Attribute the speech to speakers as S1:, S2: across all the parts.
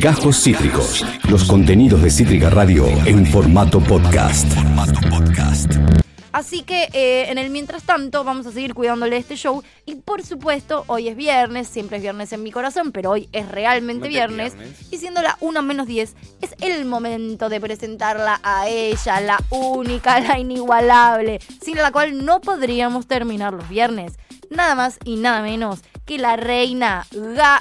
S1: Gajos Cítricos. Los contenidos de Cítrica Radio en formato podcast.
S2: Así que eh, en el mientras tanto vamos a seguir cuidándole este show. Y por supuesto, hoy es viernes, siempre es viernes en mi corazón, pero hoy es realmente
S3: No te
S2: viernes.
S3: piernes.
S2: Y siendo la 1 menos 10, es el momento de presentarla a ella, la única, la inigualable, sin la cual no podríamos terminar los viernes. Nada más y nada menos que la reina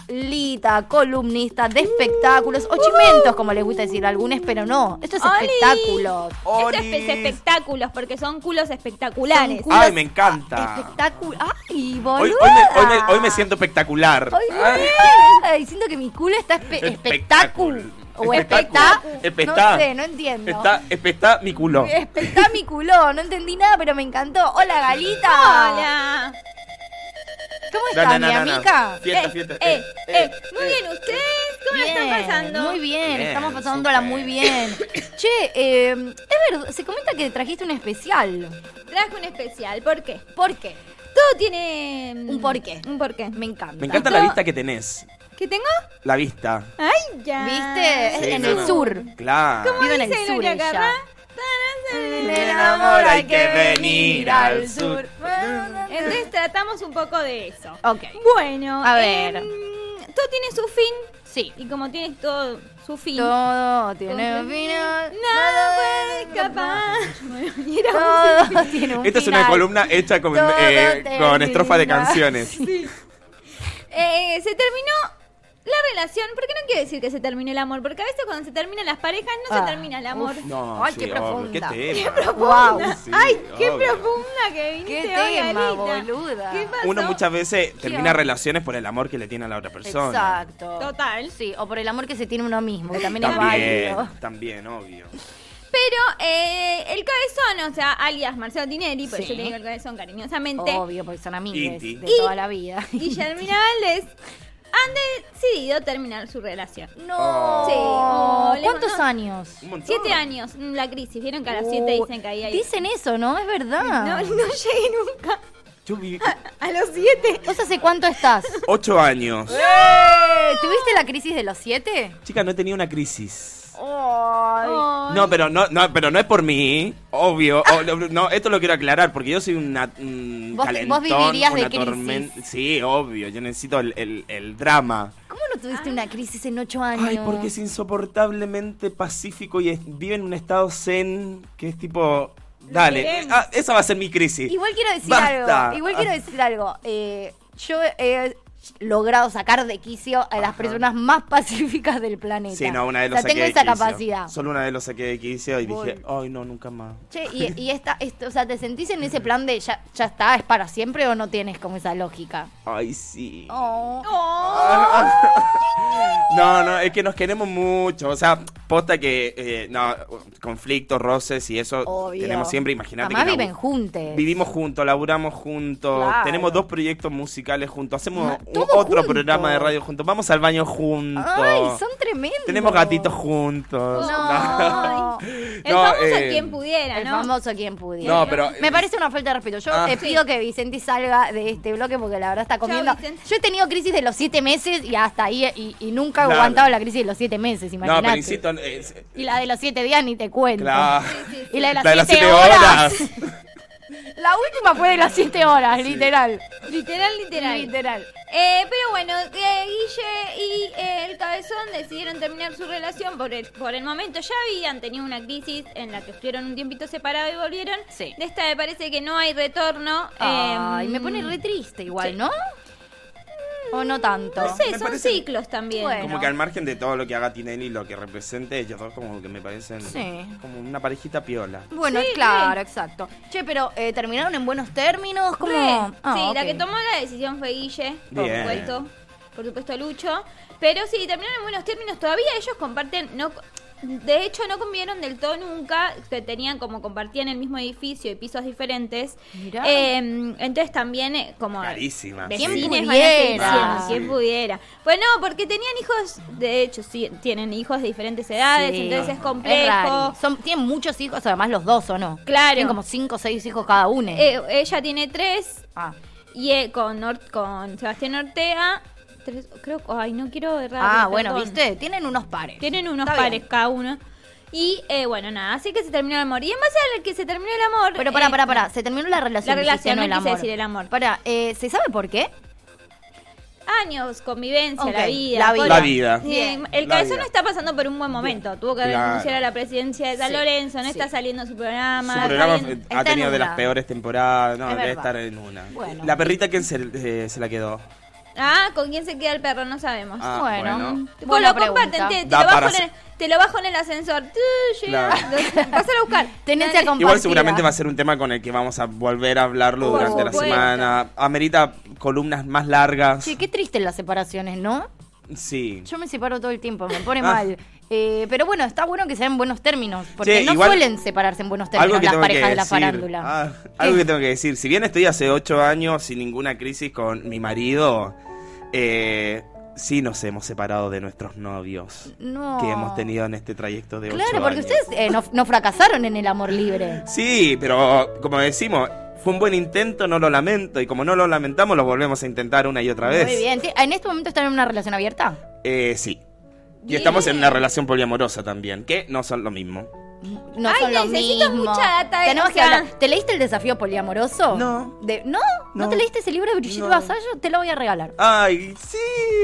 S2: Galita, columnista de espectáculos o chimentos, como les gusta decir a algunos, pero no. Esto es
S4: ¡Oli!
S2: espectáculos.
S4: Eso es
S3: ¡Olis!
S4: espe- espectáculos, porque son culos espectaculares.
S2: Son culos.
S3: Ay, me encanta.
S2: Espectacular. Este ¡Ay, boluda!
S3: Hoy, hoy me, hoy me- hoy me siento espectacular. Ah,
S2: Ay,
S3: Ay,
S2: ay, siento que mi culo está espe espectáculo. O espectá.
S3: Espectáculo.
S2: No
S3: Espectá.
S2: sé, no entiendo.
S3: Está, está mi culo.
S2: Espectá mi culo. No entendí nada, pero me encantó. Hola, Galita.
S4: Hola.
S2: ¿Cómo
S3: No,
S2: estás,
S3: no,
S2: mi
S3: no, no, no.
S2: amiga?
S3: Fiesta,
S4: Eh,
S3: fiesta.
S4: eh, eh. Muy
S3: eh.
S4: bien, ¿ustedes cómo la están pasando?
S2: Muy bien,
S3: Bien,
S2: estamos pasándola
S3: súper.
S2: muy bien. Che, eh, es verdad, se comenta que trajiste un especial.
S4: Traje un especial, ¿por qué?
S2: ¿Por qué?
S4: Todo tiene... mm,
S2: Un porqué.
S4: Un porqué.
S2: Me encanta.
S3: Me encanta la vista que tenés.
S4: ¿Qué tengo?
S3: La vista.
S4: Ay, ya.
S2: ¿Viste?
S3: Sí,
S2: en
S3: no,
S2: el
S3: no.
S2: sur.
S3: Claro.
S4: ¿Cómo
S2: Vive en el
S4: dice
S2: sur
S4: Nuria
S2: ella.
S4: Garra?
S2: Del amor
S3: amor
S2: hay que venir al sur. Mm.
S4: Entonces tratamos un poco de eso.
S2: Ok.
S4: Bueno,
S2: Oh. A ver.
S4: em, todo tiene su fin.
S2: Sí.
S4: Y como tiene todo su fin.
S2: Todo tiene un
S4: Con-
S2: final.
S4: Nada puede escapar. Y era un-
S2: Todo tiene un
S3: Esta es una
S2: final.
S3: columna hecha con,
S2: Todo
S3: eh,
S2: termina.
S3: con estrofa de canciones.
S4: Eh, se terminó la relación, porque no quiero decir que se terminó el amor, porque a veces cuando se terminan las parejas no
S2: Ah,
S4: se termina el amor.
S2: uf,
S3: No,
S2: Ay,
S3: sí,
S2: qué
S3: obvio,
S2: profunda.
S3: Qué
S4: Qué
S3: tema.
S4: profunda.
S2: Wow,
S3: sí,
S4: Ay, qué
S3: obvio.
S4: profunda que viniste
S2: Qué
S4: hoy,
S2: tema,
S4: Galita.
S2: boluda.
S4: ¿Qué pasó?
S3: Uno muchas veces termina
S2: onda?
S3: relaciones por el amor que le tiene a la otra persona.
S2: Exacto.
S4: Total.
S2: Sí, o por el amor que se tiene uno mismo, que también, es
S3: También,
S2: válido.
S3: también, obvio.
S4: Pero eh, el cabezón, o sea, alias Marcelo Tineri, pues
S2: Sí.
S4: yo le digo el cabezón cariñosamente.
S2: Obvio, porque son amigos
S3: Inti.
S2: de
S4: Y-
S2: toda la vida.
S4: Guillermina Valdés han decidido terminar su relación.
S2: No.
S3: Sí,
S4: oh, le
S2: ¿Cuántos
S4: mandó-
S2: años?
S3: Un montón.
S4: Siete años, mm, la crisis. Vieron que a las
S2: Oh,
S4: siete dicen que ahí hay.
S2: Dicen eso, ¿no? Es
S4: No,
S2: verdad.
S4: no llegué nunca
S3: Yo viví
S4: a los siete.
S2: ¿Vos hace cuánto estás?
S3: ocho años.
S2: ¡Eh! ¿Tuviste la crisis de los siete?
S3: Chica, no he tenido una crisis.
S4: Ay. Oh.
S3: No, pero no, no, pero no es por mí, obvio. O- lo- no, esto lo quiero aclarar porque yo soy una, un
S2: Vos-
S3: calentón,
S2: vos vivirías de
S3: una
S2: crisis.
S3: tormenta. Sí, obvio. Yo necesito el, el- el drama.
S2: ¿Cómo no tuviste una crisis en ocho años?
S3: Ah. Ay, porque es insoportablemente pacífico y es- vive en un estado zen que es tipo, dale,
S4: Bien.
S3: ah, esa va a ser mi crisis.
S2: Igual quiero decir
S3: Basta.
S2: algo. Igual quiero decir algo. Eh, yo he logrado sacar de quicio a las
S3: Ajá.
S2: personas más pacíficas del planeta.
S3: Sí, no, una de
S2: O
S3: los
S2: sea, tengo esa capacidad.
S3: Solo una de los saqué de quicio y
S2: Voy.
S3: dije, ay, no, nunca más.
S2: Che, y, y esta, esto, o sea, ¿te sentís en ese plan de ya, ya está, es para siempre o no tienes como esa lógica?
S3: Ay, sí.
S2: Oh.
S4: Oh.
S3: Ah, No, no, es que nos queremos mucho. O sea, posta que. eh, no, conflictos, roces y eso
S2: Obvio.
S3: tenemos siempre. Imagínate que.
S2: Además
S3: labu-
S2: viven juntos.
S3: Vivimos juntos, laburamos juntos.
S2: Claro.
S3: Tenemos dos proyectos musicales juntos. Hacemos
S2: Ma-
S3: un-
S2: todo
S3: otro
S2: junto.
S3: programa de radio juntos. Vamos al baño juntos.
S2: Ay, son tremendos.
S3: Tenemos gatitos juntos.
S2: No.
S4: El
S3: No,
S4: famoso
S3: eh,
S4: quien pudiera,
S2: El
S4: ¿no?
S2: famoso quien pudiera.
S3: No, pero.
S2: Me parece una falta de respeto. Yo
S3: Ah.
S2: eh, pido que Vicente salga de este bloque porque la verdad está comiendo.
S4: Vicente.
S2: Yo he tenido crisis de los siete meses y hasta ahí y, y nunca he
S3: Claro.
S2: aguantado la crisis de los siete meses,
S3: No,
S2: imagínate.
S3: pero insisto. es-
S2: Y la de los siete días ni te cuento.
S3: Claro.
S2: Y la de las
S3: La de las
S2: siete,
S3: siete
S2: horas.
S3: horas.
S2: La última fue de las siete horas, literal.
S4: Literal, literal.
S2: Literal.
S4: Eh, pero bueno, eh, Guille y eh, el Cabezón decidieron terminar su relación por el, por el momento. Ya habían tenido una crisis en la que estuvieron un tiempito separados y volvieron.
S2: Sí.
S4: De esta me parece que no hay retorno.
S2: Ay,
S4: Em,
S2: me pone re triste igual,
S4: sí.
S2: ¿no? O no tanto.
S4: No sé,
S3: Me
S4: son
S3: parece-
S4: ciclos también.
S2: Bueno.
S3: Como que al margen de todo lo que haga Tinelli y lo que represente, ellos dos como que me parecen
S2: Sí.
S3: como una parejita piola.
S2: Bueno,
S4: Sí,
S2: claro,
S4: re.
S2: exacto. Che, pero eh, terminaron en buenos términos, como.
S4: Re.
S2: Ah,
S4: sí, la
S2: ok.
S4: que tomó la decisión fue Guille, por
S3: Bien.
S4: supuesto. Por supuesto Lucho. Pero sí, terminaron en buenos términos. Todavía ellos comparten, no de hecho no convivieron del todo nunca, que tenían como compartían el mismo edificio y pisos diferentes.
S2: Mirá.
S4: Eh, entonces también eh, como
S3: Carísima.
S2: ¿Quién
S3: sí. Ah,
S2: pudiera?
S4: vecinos van a seguir siendo,
S3: Sí.
S4: ¿Quién pudiera? Pues no, porque tenían hijos, de hecho, sí, tienen hijos de diferentes edades,
S2: Sí.
S4: Ah, entonces es
S2: Es
S4: complejo.
S2: raro. Son, tienen muchos hijos, además los dos, ¿o no?
S4: Claro.
S2: Tienen como cinco o seis hijos cada uno.
S4: Eh, ella tiene tres,
S2: ah.
S4: y eh, con, Or- con Sebastián Ortega tres, creo, ay, no quiero errar.
S2: Ah, bueno,
S4: perdón.
S2: viste, tienen unos pares.
S4: Tienen unos
S2: Está bien.
S4: pares cada uno. Y eh, bueno, nada, así que se terminó el amor. Y en base al que se terminó el amor.
S2: Pero pará,
S4: eh,
S2: pará, pará. Se terminó la relación.
S4: La
S2: dijiste,
S4: relación,
S2: no
S4: no
S2: el
S4: quise
S2: amor.
S4: decir el amor.
S2: Pará, eh, ¿se sabe por qué?
S4: Años, convivencia,
S2: Ok,
S4: la vida.
S2: la vida.
S4: cosas.
S3: La vida.
S4: Sí,
S2: Bien.
S4: el
S3: La
S4: cabezón
S3: vida.
S4: no está pasando por un buen momento. Tuvo que
S3: Claro.
S4: renunciar a la presidencia de San
S2: Sí,
S4: Lorenzo, no
S2: sí.
S4: está saliendo su programa.
S3: Su
S4: está
S3: programa
S4: bien.
S3: ha
S2: Está
S3: tenido
S2: en
S3: de
S2: una.
S3: las peores temporadas. No,
S2: Es
S3: debe
S2: verdad.
S3: estar en una.
S2: Bueno.
S3: La perrita, ¿quién se, eh, se la quedó?
S4: Ah, ¿con quién se queda el perro? No sabemos.
S3: Ah,
S2: bueno.
S3: bueno.
S4: Tipo,
S2: Buena
S4: lo comparten,
S2: pregunta.
S4: te, te
S3: Da
S4: lo bajo
S3: para
S4: en
S3: hacer-
S4: el, te lo bajo en el ascensor. Tú, llega,
S3: Claro.
S4: lo- Pásalo a buscar.
S2: Tenencia
S4: Dale.
S2: compartida.
S3: Igual seguramente va a ser un tema con el que vamos a volver a hablarlo
S4: Por
S3: durante
S4: supuesto.
S3: la semana. Amerita columnas más largas.
S2: Che, qué triste las separaciones, ¿no?
S3: Sí.
S2: Yo me separo todo el tiempo, me pone
S3: Ah.
S2: mal. Eh, pero bueno, está bueno que sean en buenos términos, porque
S3: Che,
S2: no
S3: igual-
S2: suelen separarse en buenos términos las parejas de la farándula. Eh,
S3: ah, algo que tengo que decir. Si bien estoy hace ocho años sin ninguna crisis con mi marido, eh, sí nos hemos separado de nuestros novios
S2: No.
S3: que hemos tenido en este trayecto de ocho
S2: Claro, porque
S3: años.
S2: ustedes eh, no, no fracasaron en el amor libre.
S3: Sí, pero como decimos, fue un buen intento, no lo lamento. Y como no lo lamentamos, lo volvemos a intentar una y otra vez.
S2: Muy bien. Ti- En este momento están en una relación abierta.
S3: Eh, sí. Y
S4: Bien.
S3: estamos en una relación poliamorosa también, que no son lo mismo.
S2: No
S4: Ay,
S2: son lo
S4: necesito
S2: mismo.
S4: mucha data de-
S2: Tenemos
S4: o
S2: que
S4: sea-
S2: hablar. ¿Te leíste el desafío poliamoroso?
S3: No.
S2: De- ¿no? ¿No?
S3: No.
S2: te leíste ese libro de Brigitte
S3: No.
S2: Vasallo? Te lo voy a regalar.
S3: ¡Ay, sí!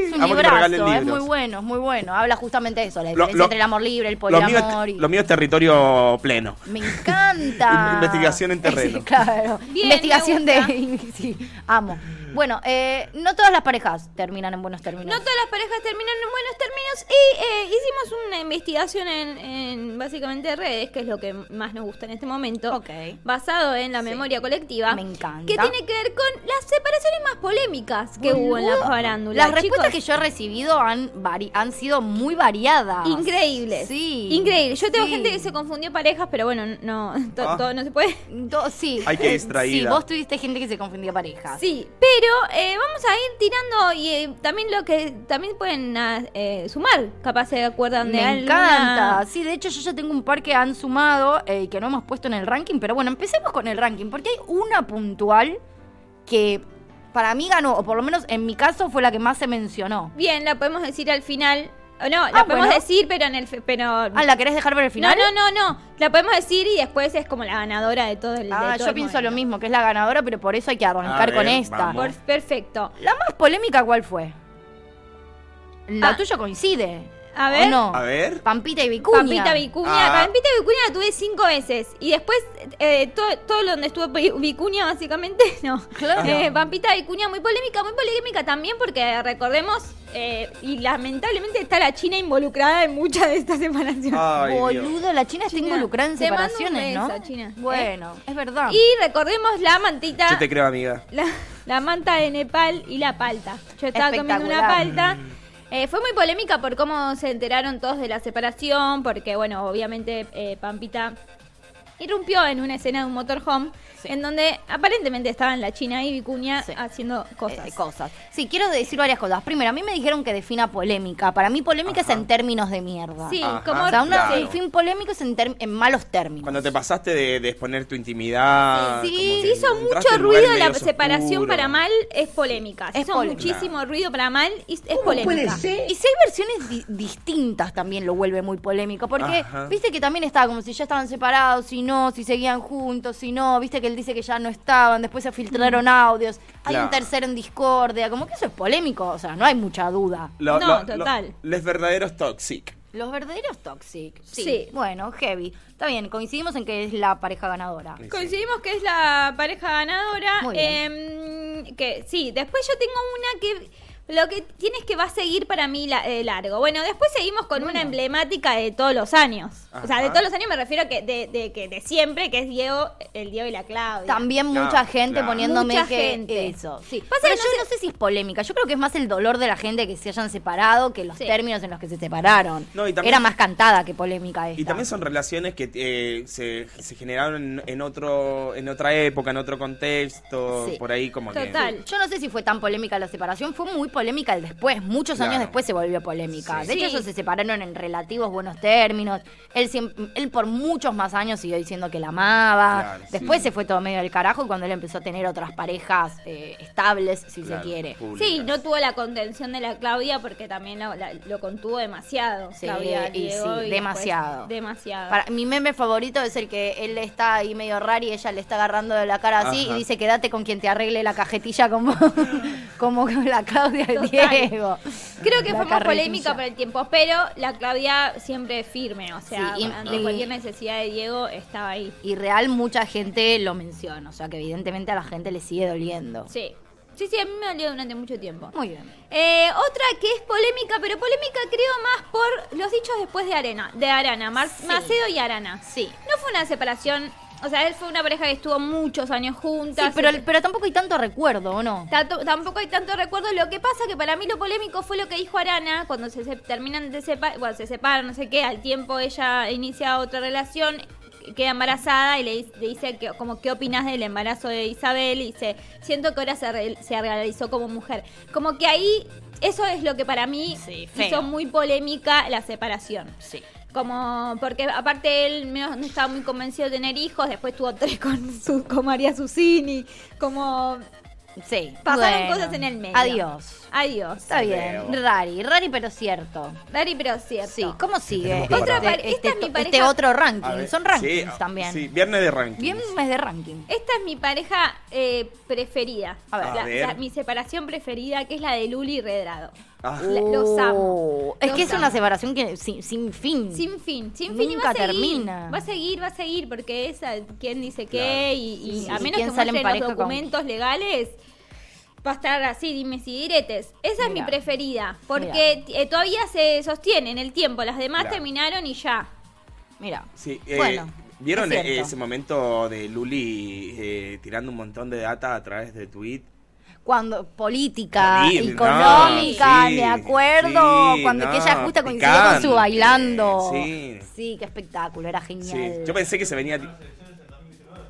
S2: Es un
S3: Amo que me regalen
S2: librazo, es
S3: libros.
S2: muy bueno, es muy bueno. Habla justamente de eso, la
S3: Lo-
S2: diferencia
S3: lo-
S2: entre el amor libre, el
S3: Lo mío,
S2: poliamor.
S3: es,
S2: y-
S3: lo mío es territorio pleno.
S2: Me encanta.
S3: Investigación en terreno.
S2: Sí, claro.
S4: Bien,
S2: Investigación
S4: me
S2: de. Sí, amo. Bueno, eh, no todas las parejas terminan en buenos términos.
S4: No todas las parejas terminan en buenos términos y eh, hicimos una investigación en, en básicamente redes, que es lo que más nos gusta en este momento,
S2: Ok.
S4: basado en la memoria colectiva.
S2: Me encanta.
S4: Que tiene que ver con las separaciones más polémicas que hubo en la farándula.
S2: Las respuestas que
S4: chicos.
S2: yo he recibido han, vari- han sido muy variadas.
S4: Increíbles.
S2: Sí.
S4: Increíble. Yo tengo
S2: Sí.
S4: gente que se confundió parejas, pero bueno, no, to-
S3: Ah.
S4: todo no se puede.
S2: To- sí.
S3: Ay, qué distraída.
S2: Sí, vos tuviste gente que se confundía parejas.
S4: Sí, pero eh, vamos a ir tirando y eh, también lo que también pueden ah, eh, sumar, capaz se acuerdan de
S2: Me
S4: alguna-
S2: encanta. Sí, de hecho yo ya tengo un par que han sumado eh, que no hemos puesto en el ranking, pero bueno, empecemos con el ranking, porque hay una puntual que para mí ganó, o por lo menos en mi caso fue la que más se mencionó.
S4: Bien, la podemos decir al final. O no, la
S2: Ah,
S4: podemos
S2: bueno.
S4: decir, pero en el fe- pero
S2: Ah, ¿la querés dejar para el final?
S4: No, no, no, no. La podemos decir y después es como la ganadora de todo el de
S2: Ah,
S4: todo
S2: yo
S4: el
S2: pienso lo
S4: momento.
S2: mismo, que es la ganadora, pero por eso hay que arrancar
S3: A
S2: con
S3: ver,
S2: esta.
S3: vamos.
S4: Por- perfecto.
S2: ¿La más polémica cuál fue? La
S4: Ah.
S2: tuya coincide.
S4: A ver.
S2: ¿O no?
S3: A ver.
S2: Pampita y Vicuña.
S4: Pampita Vicuña,
S3: Ah.
S4: Pampita Vicuña la tuve cinco veces. Y después, eh, todo, todo lo donde estuvo Pi- Vicuña, básicamente, no.
S2: Claro.
S4: Eh, Pampita Vicuña, muy polémica, muy polémica también, porque recordemos, eh, y lamentablemente está la China involucrada en muchas de estas separaciones.
S3: Ay, Dios.
S2: Boludo, la China está
S4: China,
S2: involucrada en
S4: te mando un
S2: separaciones,
S4: beso,
S2: ¿no?
S4: China.
S2: Bueno, es verdad. Eh,
S4: Y recordemos la mantita.
S3: Yo te creo, amiga.
S4: la, la manta de Nepal y la palta. Yo estaba comiendo una
S2: Espectacular.
S4: palta.
S3: Mm.
S4: Eh, fue muy polémica por cómo se enteraron todos de la separación, porque, bueno, obviamente eh, Pampita irrumpió en una escena de un motorhome,
S2: Sí.
S4: en donde aparentemente estaban la China y Vicuña
S2: Sí.
S4: haciendo cosas.
S2: Eh, cosas. Sí, quiero decir varias cosas. Primero, a mí me dijeron que defina polémica. Para mí polémica es en términos de mierda.
S4: Sí,
S3: Ajá,
S4: como
S2: O sea, una-
S3: claro.
S2: el fin polémico es en, ter- en malos términos.
S3: Cuando te pasaste de, de exponer tu intimidad.
S2: Sí, sí,
S3: Ah, como que
S4: Se hizo
S3: entraste
S4: mucho
S3: en lugares
S4: ruido, la
S3: medios
S4: separación
S3: oscuros.
S4: para mal es polémica. Se
S2: Es
S4: hizo
S2: polémica.
S4: muchísimo ruido para mal y es polémica.
S2: Y si hay versiones di- distintas también lo vuelve muy polémico, porque
S3: Ajá.
S2: viste que también estaba como si ya estaban separados, si no, si seguían juntos, si no, viste que él dice que ya no estaban, después se filtraron audios, hay
S3: Claro.
S2: un tercero en discordia, como que eso es polémico, o sea, no hay mucha duda.
S3: Lo-
S4: No,
S3: lo- lo-
S4: total.
S3: les verdaderos toxic.
S2: Los verdaderos toxic. Sí.
S4: Sí.
S2: Bueno, heavy. Está bien, coincidimos en que es la pareja ganadora.
S3: Sí.
S4: Coincidimos que es la pareja ganadora.
S2: Muy bien.
S4: em, que sí, después yo tengo una que lo que tienes que va a seguir para mí la- de largo. Bueno, después seguimos con una emblemática de todos los años. O sea, de
S3: Ajá.
S4: todos los años me refiero que de, de que de siempre, que es Diego, el Diego y la Claudia.
S2: También
S3: Claro,
S2: mucha gente
S3: claro.
S2: poniéndome
S4: Mucha
S2: que
S4: gente.
S2: eso. Sí.
S4: Pasa
S2: Pero
S4: que no
S2: yo
S4: sé-
S2: no sé si es polémica. Yo creo que es más el dolor de la gente que se hayan separado que los
S4: Sí.
S2: términos en los que se separaron.
S3: No, y también-
S2: Era más cantada que polémica esta.
S3: Y también son relaciones que eh, se, se generaron en- en otro en otra época, en otro contexto,
S2: Sí.
S3: por ahí como que...
S4: Total.
S2: Yo no sé si fue tan polémica la separación, fue muy polémica el después. Muchos
S3: Claro.
S2: años después se volvió polémica.
S4: Sí.
S2: De hecho,
S4: Sí.
S2: ellos se separaron en relativos buenos términos. Él, siem- él por muchos más años siguió diciendo que la amaba.
S3: Claro,
S2: después
S3: sí.
S2: se fue todo medio del carajo cuando él empezó a tener otras parejas eh, estables, si
S3: Claro,
S2: se quiere.
S3: públicas.
S4: Sí, no tuvo la contención de la Claudia porque también la- la- lo contuvo demasiado.
S2: Sí,
S4: Claudia,
S2: y
S4: Diego,
S2: sí,
S4: después
S2: demasiado.
S4: demasiado.
S2: Para- mi meme favorito es el que él está ahí medio raro y ella le está agarrando de la cara así
S3: Ajá.
S2: y dice quédate con quien te arregle la cajetilla como, como la Claudia
S4: Total.
S2: Diego.
S4: Creo que
S2: La
S4: fue más
S2: carretilla.
S4: polémica por el tiempo, pero la Claudia siempre firme, o sea,
S2: Sí, y-
S4: ante
S2: y-
S4: cualquier necesidad de Diego estaba ahí.
S2: Y real mucha gente lo menciona, o sea que evidentemente a la gente le sigue doliendo.
S4: Sí. Sí, sí, a mí me dolió durante mucho tiempo.
S2: Muy bien.
S4: Eh, otra que es polémica, pero polémica creo más por los dichos después de Arena, de Arana, Mar-
S2: Sí.
S4: Macedo y Arana.
S2: Sí.
S4: No fue una separación, o sea, él fue una pareja que estuvo muchos años
S2: Sí,
S4: juntas.
S2: pero, pero tampoco hay tanto recuerdo, ¿o no?
S4: Tanto- tampoco hay tanto recuerdo. Lo que pasa que para mí lo polémico fue lo que dijo Arana cuando se, se- terminan de separar, bueno, se separan, no sé qué, al tiempo ella inicia otra relación, queda embarazada y le, di- le dice que, como qué opinas del embarazo de Isabel y dice, siento que ahora se, re- se realizó como mujer. Como que ahí eso es lo que para mí
S2: Sí, feo.
S4: hizo muy polémica la separación.
S2: Sí.
S4: Como, porque aparte él medio no estaba muy convencido de tener hijos, después tuvo tres con, su, con María Susini, como
S2: Sí.
S4: Pasaron
S2: bueno.
S4: cosas en el medio.
S2: Adiós.
S4: Adiós.
S2: Está
S3: Leo.
S2: bien, rari, rari pero cierto.
S4: Dari, pero cierto.
S2: Sí, ¿cómo sigue?
S1: Tenemos que
S4: Otra
S2: este,
S4: par- esta
S2: este-
S4: es mi
S2: este
S4: pareja-
S2: otro
S3: A
S2: ranking,
S3: ver,
S2: son
S3: sí,
S2: rankings
S3: ah,
S2: también.
S3: Sí, viernes de ranking.
S2: Bien mes de ranking.
S4: Esta es mi pareja eh, preferida.
S2: A ver.
S4: La-
S3: A ver.
S4: la- mi separación preferida, que es la de Luli y Redrado.
S3: Ah,
S4: La- los amo.
S2: Oh, Es
S4: Los
S2: que es una
S4: amo.
S2: separación que sin, sin fin.
S4: Sin fin, sin fin. y
S2: Mm. Nunca
S4: va a seguir,
S2: termina.
S4: Va a seguir, va a seguir, porque es a quien dice qué
S3: Claro.
S4: y, y
S2: Sí,
S4: a
S2: sí.
S4: menos
S2: ¿Quién
S4: que
S2: sale en
S4: muestren
S2: pareja
S4: los
S2: con-
S4: documentos legales, va a estar así, dimes y diretes. Esa es mi
S2: Mirá.
S4: preferida, porque eh, todavía se sostiene en el tiempo. Las demás
S3: Claro.
S4: terminaron y ya.
S2: Mira.
S3: sí, eh,
S2: bueno.
S3: ¿Vieron
S2: es
S3: eh,
S2: cierto.
S3: ese momento de Luli eh, tirando un montón de data a través de tweet?
S2: Cuando política,
S3: Horrible, no,
S2: económica,
S3: sí,
S2: me acuerdo.
S3: sí,
S2: cuando que
S3: no,
S2: ella justa coincidió con su
S3: picante,
S2: bailando.
S3: sí.
S2: Sí, qué espectáculo, era genial.
S3: Sí. Yo pensé que se venía.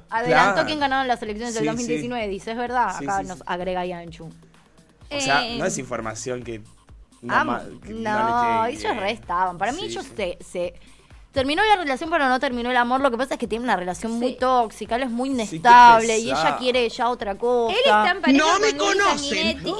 S2: Adelantó
S3: Claro.
S2: quién ganaron las elecciones
S3: Sí,
S2: del 2019, dice, es verdad.
S3: Sí,
S2: Acá
S3: sí,
S2: nos
S3: sí.
S2: agrega Yanchu.
S3: O sea,
S4: Eh,
S3: no es información que.
S2: Em, Am-
S3: ma- que
S2: no,
S3: le llegue.
S2: ellos re estaban. Para mí
S3: Sí,
S2: ellos
S3: sí.
S2: se, se- Terminó la relación, pero no terminó el amor. Lo que pasa es que tienen una relación muy
S4: Sí.
S2: tóxica, él es muy
S3: Sí, qué
S2: inestable y
S3: pesado.
S2: ella quiere ya otra cosa.
S4: Él está en pareja
S5: No
S4: con
S5: me
S4: Luis
S5: conocen.
S4: Sanguinetti,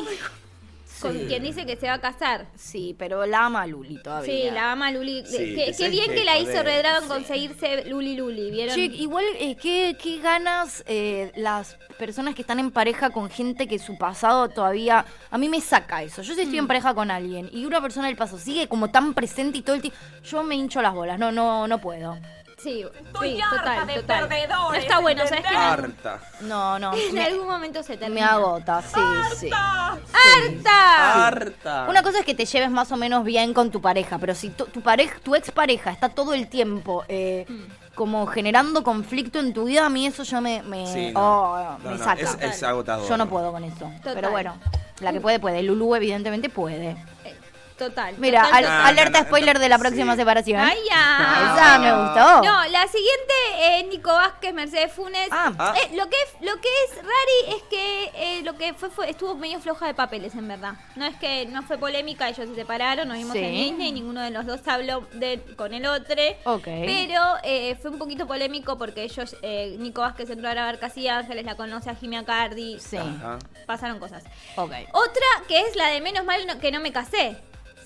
S4: con quien dice que se va a casar.
S2: Sí, pero la ama a Luli todavía.
S4: Sí, la ama Luli.
S3: Sí,
S4: Qué-
S3: que
S4: qué
S3: se
S4: bien
S3: deje
S4: que la
S3: de
S4: hizo
S3: joder.
S4: Redrado en conseguirse Luli Luli, ¿vieron?
S2: Che, igual, eh, ¿qué, qué ganas eh, las personas que están en pareja con gente que su pasado todavía... A mí me saca eso. Yo si
S4: Mm.
S2: estoy en pareja con alguien y una persona del paso sigue como tan presente y todo el tiempo... Yo me hincho las bolas. No, no, no puedo.
S4: Sí, sí, total, total. No está bueno, ¿sabes qué? En-
S3: Harta.
S2: No, no.
S4: En
S2: me-
S4: algún momento se
S2: Me
S4: termina.
S2: agota, sí, sí.
S4: ¡Harta!
S3: Harta.
S2: Una cosa es que te lleves más o menos bien con tu pareja, pero si tu, tu pareja, tu expareja está todo el tiempo eh,
S4: Mm.
S2: como generando conflicto en tu vida, a mí eso ya me, me,
S3: Sí,
S2: oh,
S3: no. No,
S2: me
S3: no,
S2: saca.
S3: Es, es agotador.
S2: Yo no puedo con eso.
S4: Total. Uh.
S2: Pero bueno, la que puede, puede. Lulu evidentemente puede.
S4: Eh, Total.
S2: Mira,
S4: total,
S2: al-
S4: total.
S3: no,
S2: alerta
S3: no, no,
S2: spoiler de la próxima
S3: sí.
S2: separación.
S4: Ay, ya.
S2: Esa me gustó.
S4: No, la siguiente es Nico Vázquez, Mercedes Funes.
S2: Ah.
S3: Ah.
S4: Eh, lo que es, lo que es Rari es que eh, lo que fue, fue estuvo medio floja de papeles en verdad. No es que no fue polémica, ellos se separaron, nos vimos
S2: Sí.
S4: en Disney, ninguno de los dos habló de- con el otro.
S2: Ok.
S4: Pero eh, fue un poquito polémico porque ellos, eh, Nico Vázquez entró a grabar Casi Ángeles, la conoce a Jimmy Cardi.
S2: Sí.
S3: Ajá.
S4: Pasaron cosas.
S2: Ok.
S4: Otra que es la de menos mal no- que no me casé.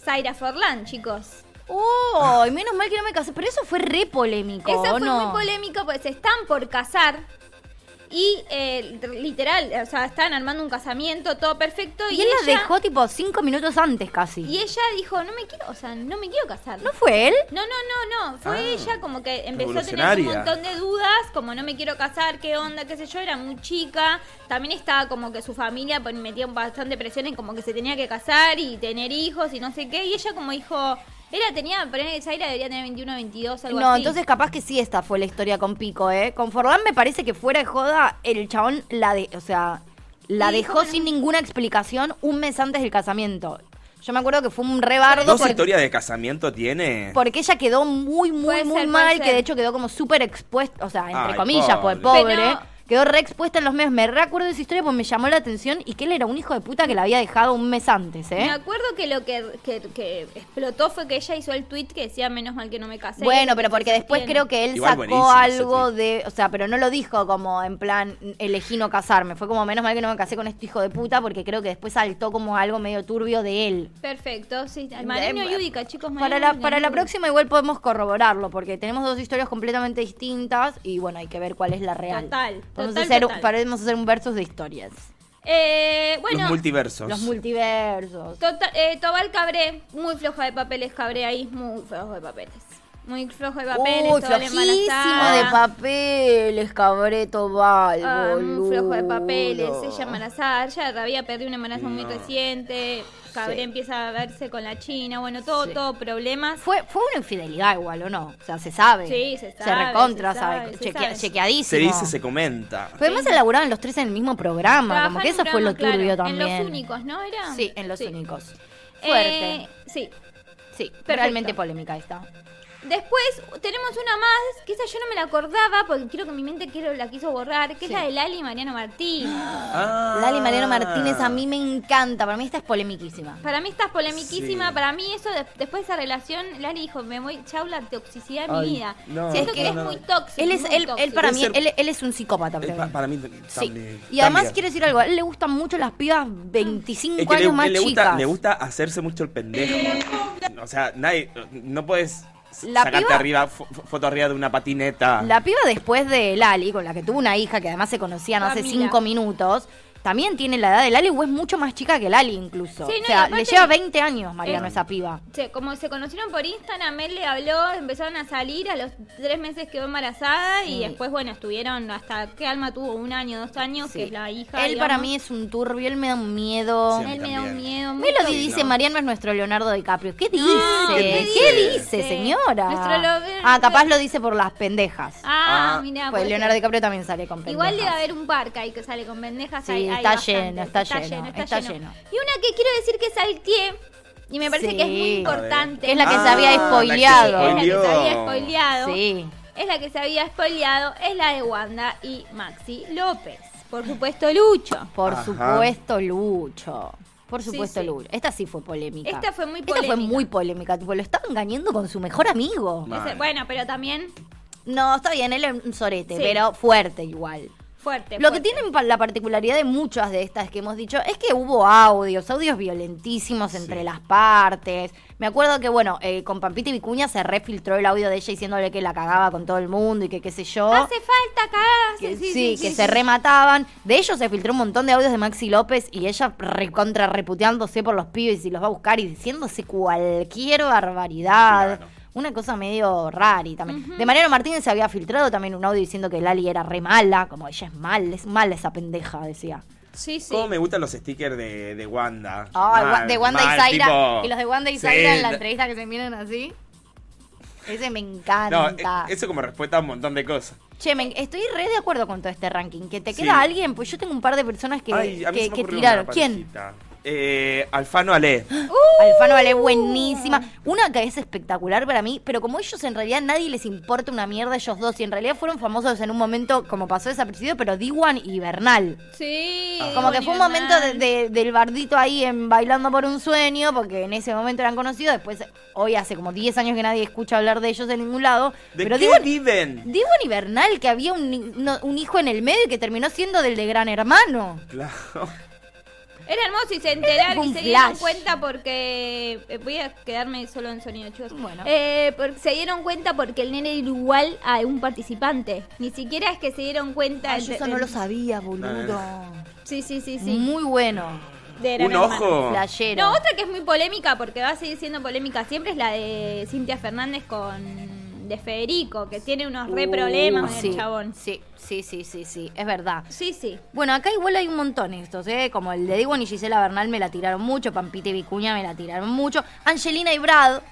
S4: Zaira Forlán, chicos.
S2: Oh, y menos mal que no me casé. Pero eso fue re polémico.
S4: Eso
S2: ¿o
S4: fue
S2: no?
S4: muy polémico, pues se están por casar. Y eh, literal, o sea, están armando un casamiento, todo perfecto. Y,
S2: Y él la
S4: ella,
S2: dejó tipo cinco minutos antes casi.
S4: y ella dijo, no me quiero, o sea, no me quiero casar.
S2: ¿No fue él?
S4: No, no, no, no. Fue
S3: Ah,
S4: ella como que empezó a tener un
S3: revolucionaria.
S4: montón de dudas, como no me quiero casar, qué onda, qué sé yo, era muy chica. También estaba como que su familia pon- metía bastante presión en como que se tenía que casar y tener hijos y no sé qué. Y ella como dijo, era, tenía, pero Zaira debería tener 21, 22, algo
S2: No,
S4: así.
S2: entonces capaz que sí esta fue la historia con Pico, ¿eh? Con Forlán me parece que fuera de joda, el chabón la de, o sea, la
S4: Sí,
S2: dejó
S4: bueno.
S2: sin ninguna explicación un mes antes del casamiento. Yo me acuerdo que fue un rebardo
S3: ¿Dos
S2: porque,
S3: historias de casamiento tiene?
S2: porque ella quedó muy, muy,
S4: Puede
S2: muy
S4: ser, puede
S2: mal, que
S4: ser.
S2: de hecho quedó como súper expuesta, o sea, entre
S3: Ay,
S2: comillas, pues
S3: pobre.
S2: pobre.
S4: Pero-
S2: Quedó re expuesta en los medios. Me recuerdo esa historia porque me llamó la atención y que él era un hijo de puta que la había dejado un mes antes, ¿eh?
S4: Me acuerdo que lo que, que- que explotó fue que ella hizo el tweet que decía menos mal que no me casé.
S2: Bueno, pero porque después
S4: Bien.
S2: creo que él
S3: Igual
S2: sacó
S3: buenísimo ese
S2: algo de. O sea, pero no lo dijo como en plan, elegí no casarme. Fue como, menos mal que no me casé con este hijo de puta, porque creo que después saltó como algo medio turbio de él.
S4: Perfecto, sí. Marino
S2: Eh,
S4: Yudica, chicos.
S2: Para
S4: Mariano
S2: la,
S4: Yudica,
S2: para la
S4: Mariano
S2: próxima igual podemos corroborarlo, porque tenemos dos historias completamente distintas y bueno, hay que ver cuál es la real.
S4: Total,
S2: Podemos
S4: total,
S2: hacer, un-
S4: total.
S2: podemos hacer un versus de historias.
S4: Yudica. Eh,
S3: los
S4: bueno,
S3: multiversos.
S2: Los multiversos.
S4: Total, eh, Tobal Cabré, muy floja de papeles, Cabré ahí, muy flojo de papeles. Muy flojo de papeles,
S2: Uy,
S4: Tobal
S2: flojísimo
S4: embarazada.
S2: de papeles, cabreto Val,
S4: Ah, muy flojo de
S2: boludo.
S4: papeles, ella embarazada, ella había perdido un embarazo muy
S3: No.
S4: reciente, Cabré
S2: Sí.
S4: empieza a verse con la China, bueno, todo,
S2: Sí.
S4: todo problemas.
S2: Fue, fue una infidelidad igual, ¿o no? O sea, se sabe.
S4: Sí, se
S2: Se
S4: sabe,
S2: recontra,
S4: se
S2: sabe.
S4: sabe, se
S2: chequea-
S4: sabe.
S2: Chequeadísimo.
S3: se dice, se comenta.
S2: Pero además elaboraban los tres en el mismo programa,
S4: Trabajar
S2: como que
S4: en
S2: eso
S4: un
S2: fue lo
S4: programa, claro,
S2: turbio también.
S4: En los únicos, ¿no era?
S2: Sí, en los
S4: Sí.
S2: únicos.
S4: Eh,
S2: Fuerte.
S4: sí.
S2: sí,
S4: perfecto.
S2: realmente polémica esta.
S4: Después tenemos una más, que esa yo no me la acordaba porque creo que mi mente quiero, la quiso borrar, que
S2: Sí.
S4: es la de Lali y Mariano Martín.
S3: Ah. Eh,
S2: Lali Mariano Martínez a mí me encanta, para mí esta es polemiquísima.
S4: Para mí estás polemiquísima,
S3: Sí.
S4: para mí eso, de- después de esa relación, Lali dijo, me voy, chau la toxicidad de mi
S3: Ay,
S4: vida.
S3: no,
S4: Siento
S2: no,
S4: que
S2: no,
S4: es
S3: no.
S4: muy tóxico.
S2: Él es,
S4: muy
S2: él, él
S4: tóxico.
S2: para
S3: Debe
S2: mí,
S3: ser-
S2: él, él es un psicópata.
S3: Eh,
S2: para
S3: pa-
S2: mí.
S3: para mí
S2: Sí.
S3: también.
S2: Y además
S3: también.
S2: quiero decir algo, a él le gustan mucho las pibas 25
S3: Es que
S2: años
S3: le,
S2: más
S3: le gusta,
S2: chicas.
S3: le gusta hacerse mucho el pendejo. O sea, nadie, no puedes s-
S2: La
S3: sacarte
S2: piba-
S3: arriba, fo- foto arriba de una patineta.
S2: La piba después de Lali, con la que tuvo una hija que además se conocían hace
S4: Camila.
S2: cinco minutos, también tiene la edad de Lali o es mucho más chica que Lali incluso.
S4: Sí,
S2: o
S4: no, y
S2: sea,
S4: aparte-
S2: le lleva 20 años Mariano
S4: Eh.
S2: esa piba.
S4: Se- como se conocieron por Instagram, él le habló, empezaron a salir, a los tres meses quedó embarazada
S2: Sí.
S4: y después, bueno, estuvieron hasta que Alma tuvo un año, dos años,
S2: Sí.
S4: que es la hija.
S2: él para
S4: digamos.
S2: mí es un turbio, él me da un miedo.
S3: Sí, a mí
S4: Él me da un
S3: también.
S4: miedo. muy
S2: Melody
S4: tóxico.
S2: dice,
S3: no.
S2: Mariano es nuestro Leonardo DiCaprio. ¿Qué dice?
S4: ¿qué
S2: ¿Qué,
S3: dice?
S2: dice,
S4: Sí.
S2: señora?
S4: Nuestro lo-
S2: ah, capaz lo dice por las pendejas.
S4: Ah,
S3: Ah,
S4: mira.
S2: pues Leonardo DiCaprio también sale con pendejas.
S4: Igual debe haber un parque ahí que sale con pendejas.
S2: Sí,
S4: ahí- ahí
S2: está
S4: bastantes.
S2: lleno, está lleno, está lleno.
S4: Y una que quiero decir que salteé, y me parece que es muy
S2: Sí.
S4: importante.
S2: Que es la que
S3: Ah,
S2: se había
S3: la que se
S2: spoileado.
S4: Es la que se había
S3: spoileó.
S4: spoileado.
S2: Sí.
S4: Es la que se había spoileado, es la de Wanda y Maxi López. Por supuesto, Lucho.
S2: Por
S3: Ajá.
S2: supuesto, Lucho. Por
S4: Sí,
S2: supuesto,
S4: sí.
S2: Lucho. Esta sí fue polémica.
S4: Esta fue muy
S2: Esta fue
S4: polémica.
S2: muy polémica. Tipo, lo estaba engañando con su mejor amigo.
S3: Mal.
S4: Ese- bueno, pero también
S2: No, está bien, él es un sorete,
S4: Sí.
S2: pero fuerte igual.
S4: fuerte.
S2: Lo que
S4: fuerte.
S2: tienen pa- la particularidad de muchas de estas que hemos dicho es que hubo audios, audios violentísimos entre las partes. Me acuerdo que, bueno, eh, con Pampita y Vicuña se refiltró el audio de ella diciéndole que la cagaba con todo el mundo y que qué sé yo.
S4: Hace falta cagar.
S2: que, sí, que se remataban. De ellos se filtró un montón de audios de Maxi López y ella recontra reputeándose por los pibes y los va a buscar y diciéndose cualquier barbaridad.
S3: Claro.
S2: Una cosa medio rari también. De Mariano Martínez se había filtrado también un audio diciendo que Lali era re mala, como ella es mal, es mala esa pendeja, decía.
S4: Sí, sí.
S3: ¿Cómo me gustan los stickers de, de Wanda?
S2: Ah,
S3: Mal,
S2: de Wanda
S3: mal,
S2: y Zaira.
S3: tipo-
S2: Y los de Wanda y
S3: Sí,
S2: Zaira en la
S3: no-
S2: entrevista que se miran así. Ese me encanta.
S3: No, eh, eso como respuesta a un montón de cosas.
S2: Che, men, estoy re de acuerdo con todo este ranking. Que te
S3: Sí.
S2: queda alguien, pues yo tengo un par de personas que,
S3: Ay, a mí
S2: que-
S3: se me
S2: que
S3: ocurrió
S2: tiraron.
S3: una
S2: ¿Quién? Uh.
S3: parejita. Eh, Alfano Ale.
S2: Alfano vale buenísima. Una que es espectacular para mí, pero como ellos en realidad nadie les importa una mierda ellos dos. Y en realidad fueron famosos en un momento, como pasó desapercibido, pero Diwan y Bernal.
S4: Sí.
S2: Como
S4: Diego
S2: que fue un momento de-
S4: Nivel.
S2: de- del bardito ahí en Bailando por un Sueño, porque en ese momento eran conocidos. Después, hoy hace como 10 años que nadie escucha hablar de ellos en ningún lado.
S3: ¿De
S2: pero
S3: qué
S2: Diwan
S3: viven?
S2: Digo en Bernal que había un, ni- no, un hijo en el medio y que terminó siendo del de Gran Hermano.
S3: Claro.
S4: Era hermoso y se enteraron
S2: Fue
S4: y
S2: un
S4: se dieron
S2: flash.
S4: cuenta porque. eh, Voy a quedarme solo en sonido, chicos.
S2: Bueno.
S4: Eh, porque se dieron cuenta porque el nene era igual a un participante. Ni siquiera es que se dieron cuenta.
S2: Ay, Ah, yo
S4: entre-
S2: eso no lo sabía, boludo.
S4: Sí, sí, sí, sí.
S2: Muy bueno.
S4: De Gran
S3: Un
S4: Hermano.
S3: ojo.
S2: Playero.
S4: No, otra que es muy polémica porque va a seguir siendo polémica siempre es la de Cintia Fernández con. de Federico, que tiene unos
S3: Uh,
S4: re problemas con
S2: sí,
S4: el chabón.
S2: Sí, sí, sí, sí, sí, es verdad.
S4: Sí, sí.
S2: Bueno, acá igual hay un montón estos, ¿eh? Como el de Diwan y Gisela Bernal me la tiraron mucho, Pampita y Vicuña me la tiraron mucho, Angelina y Brad,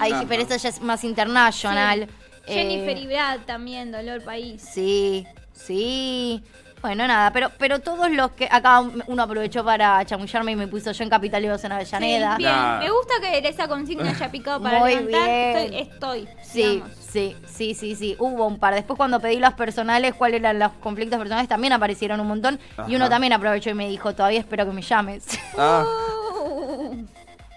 S2: ahí sí,
S3: Ajá.
S2: pero esa ya es más internacional.
S4: Mm. Jennifer
S2: Eh,
S4: y Brad también, Dolor País.
S2: Sí, sí. Bueno, nada, pero, pero todos los que. Acá uno aprovechó para chamullarme y me puso yo en Capital y vos en Avellaneda.
S4: Sí, bien.
S3: Nah.
S4: Me gusta que esa consigna haya picado para
S2: Muy
S4: levantar.
S2: bien.
S4: Estoy, estoy,
S2: Sí,
S4: digamos.
S2: sí, sí, sí, sí. Hubo un par. Después cuando pedí los personales, cuáles eran los conflictos personales, también aparecieron un montón. Y uno
S3: Ajá.
S2: también aprovechó y me dijo, todavía espero que me llames.
S3: Ah,
S4: Uh,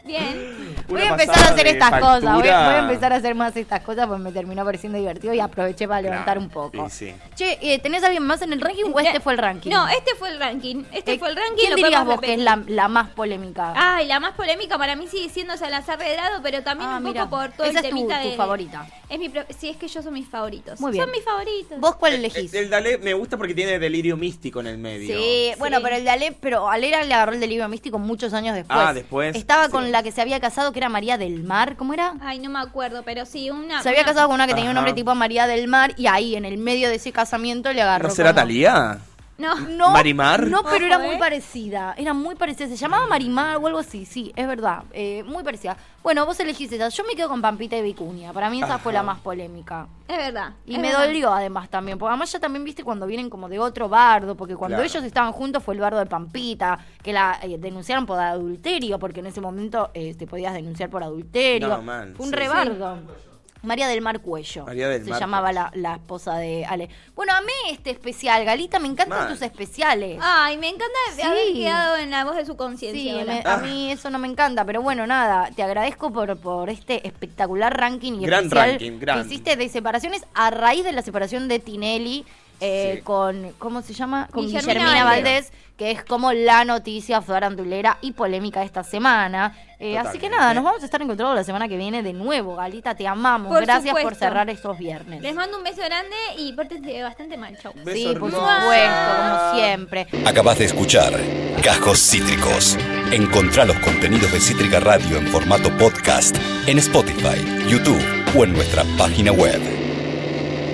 S4: bien.
S2: voy
S3: una
S2: a empezar a
S3: pasada
S2: hacer
S3: de
S2: estas cosas. Voy,
S3: factura.
S2: voy a empezar a hacer más estas cosas porque me terminó pareciendo divertido y aproveché para levantar
S3: Nah,
S2: un poco.
S3: y sí.
S2: Che, eh, ¿tenés alguien más en el ranking o este
S4: Eh,
S2: fue el ranking?
S4: No, este fue el ranking. Este
S2: Eh,
S4: fue el ranking.
S2: ¿Quién
S4: lo
S2: dirías
S4: podemos
S2: vos que es
S4: repetir.
S2: la, la más polémica?
S4: Ay, la más polémica para mí sigue siendo Salazar Redrado, pero también
S2: Ah,
S4: un poco
S2: mira.
S4: por todo
S2: Esa
S4: el
S2: es tu-
S4: temita
S2: tu
S4: de...
S2: favorita.
S4: Es mi pro- Sí, es que ellos son mis favoritos.
S2: Muy bien.
S4: Son mis favoritos.
S2: ¿Vos cuál
S3: El,
S2: elegís?
S3: Eh, el Dalé me gusta porque tiene delirio místico en el medio.
S2: Sí, bueno,
S4: Sí.
S2: pero el de Ale, pero Alera le agarró el delirio místico muchos años después.
S3: Ah, después,
S2: Estaba
S3: sí.
S2: con la que se había casado, que era María del Mar, ¿cómo era?
S4: Ay, no me acuerdo, pero sí, una...
S2: se había
S4: una-
S2: casado con una que tenía un
S3: Ajá.
S2: nombre tipo María del Mar y ahí, en el medio de ese casamiento, le agarró.
S3: ¿No será
S2: como-
S3: Talía?
S4: No,
S2: No,
S3: ¿Marimar?
S2: No, pero era
S4: Ojo,
S2: muy
S4: eh.
S2: parecida. Era muy parecida. Se llamaba Marimar o algo así, sí, es verdad. Eh, muy parecida. Bueno, vos elegís esa. Yo me quedo con Pampita y Vicuña. Para mí esa fue la
S3: Ajá.
S2: más polémica.
S4: es verdad.
S2: Y
S4: es
S2: me
S4: verdad.
S2: dolió además también, porque además ya también viste cuando vienen como de otro bardo, porque cuando
S3: Claro.
S2: ellos estaban juntos fue el bardo de Pampita, que la eh, denunciaron por adulterio, porque en ese momento eh, te podías denunciar por adulterio.
S3: No, man,
S2: fue un
S3: sí,
S2: rebardo. María del Mar Cuello.
S3: María del
S2: se
S3: Mar
S2: llamaba la, la esposa de Ale. Bueno, amé este especial, Galita, me encantan
S3: Man.
S2: tus especiales.
S4: Ay, me encanta
S2: Sí.
S4: haber quedado en la voz de su conciencia.
S2: Sí,
S4: ahora.
S2: me- a mí eso no me encanta, pero bueno, nada, te agradezco por, por este espectacular ranking y
S3: Gran
S2: especial
S3: ranking, gran.
S2: que hiciste de separaciones a raíz de la separación de Tinelli eh,
S3: Sí.
S2: con, ¿cómo se llama? Con Guillermina,
S4: Guillermina
S2: Valdés,
S4: Valdés.
S2: que es como la noticia farandulera y polémica esta semana. Eh, así que
S3: Totalmente.
S2: nada, nos vamos a estar encontrando la semana que viene de nuevo, Galita, te amamos.
S4: Por
S2: Gracias por
S4: supuesto.
S2: cerrar estos viernes.
S4: Les mando un beso grande y pórtense bastante mal. Chau.
S3: Beso
S2: Sí, por
S3: hermoso.
S2: supuesto, como siempre.
S1: Acabas de escuchar Cajos Cítricos. Encontrá los contenidos de Cítrica Radio en formato podcast en Spotify, YouTube o en nuestra página web.